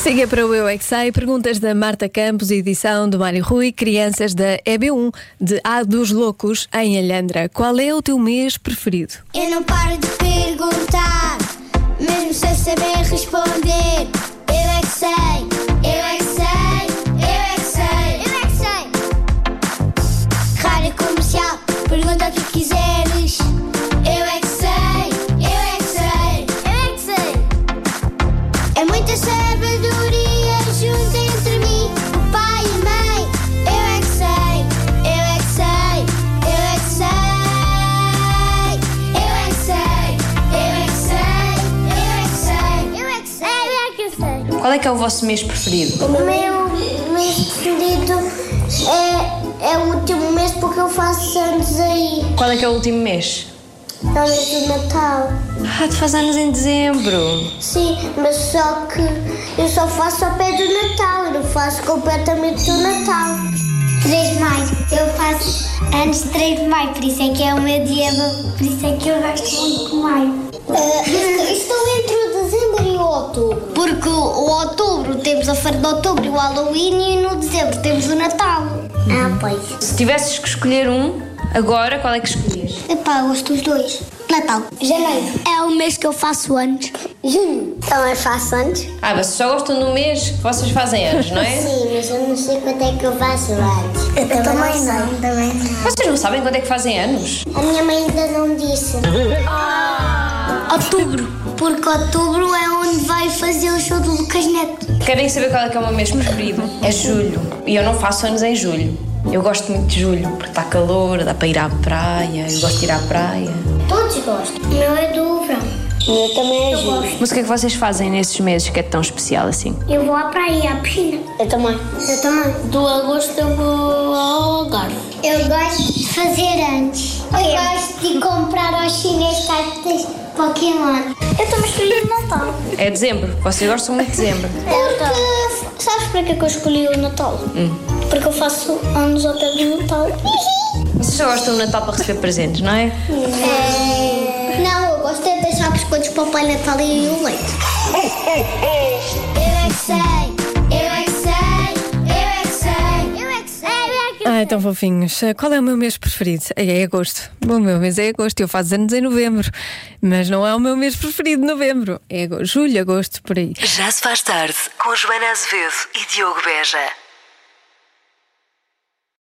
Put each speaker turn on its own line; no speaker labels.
Siga para o Eu é que Sei, perguntas da Marta Campos, edição do Mário Rui, crianças da EB1, de A dos Loucos, em Alhandra. Qual é o teu mês preferido?
Eu não paro de perguntar, mesmo sem saber responder. Eu é que sei, eu é que sei, eu é que sei, eu é que sei. Rádio comercial, pergunta o que quiseres. Eu é que sei, eu é que sei, eu é que sei. É muita sabedoria junto entre mim, o pai e a mãe. Eu é que sei, eu é que sei, eu é que sei. Eu é que sei, eu é que sei, eu é que sei. Eu é que sei, eu é que sei.
Qual é que é o vosso mês preferido?
O meu mês preferido é, é o último mês porque eu faço anos aí.
Qual é que é o último mês?
É o mês do Natal.
Ah, tu faz anos em dezembro.
Sim, mas só que eu só faço ao pé do Natal, eu não faço completamente do Natal. 3 de maio, eu faço anos de 3 de maio, por isso é que é o meu dia, por isso é que eu gosto muito de maio. Ah, estou é entre o dezembro e o outubro. Porque o outubro temos a feira de outubro e o Halloween e no dezembro temos o Natal. Ah, pois.
Se tivesses que escolher um, agora qual é que escolhias?
Epá, eu gosto dos dois. Natal. Janeiro. É o mês que eu faço anos. Junho. Também faço anos.
Ah, vocês só gostam do mês que vocês fazem anos, não é?
Sim, mas eu não sei quanto é que eu faço antes. Eu, também não. também
Vocês não sabem quando é que fazem anos?
A minha mãe ainda não disse. Ah! Outubro. Porque outubro é onde vai fazer o show do Lucas Neto.
Querem saber qual é que é o meu mês preferido? É julho. E eu não faço anos em julho. Eu gosto muito de julho, porque está calor, dá para ir à praia, eu gosto de ir à praia.
Todos gostam. O meu é do verão. Eu também é julho.
Mas o que é que vocês fazem nesses meses que é tão especial assim?
Eu vou à praia, à piscina. Eu também. Eu também. Do agosto eu vou ao Algarve. Eu gosto de fazer antes. Eu gosto de comprar aos chineses cartas Pokémon. Eu também escolhi o Natal.
É dezembro. Vocês gostam muito de dezembro.
Porque, sabes para que eu escolhi o Natal? Porque eu faço anos ao pé do Natal.
Vocês só gostam do Natal para receber presentes, não é?
Não, eu gosto é de deixar biscoitos para o Pai Natal e o leite. Eu é que sei, eu é que sei, eu é que sei, eu é que sei, eu é que
Ah, então fofinhos. Qual é o meu mês preferido? É agosto. O meu mês é agosto. Eu faço anos em novembro. Mas não é o meu mês preferido, novembro. É ago- julho, agosto, por aí.
Já se faz tarde com Joana Azevedo e Diogo Beja.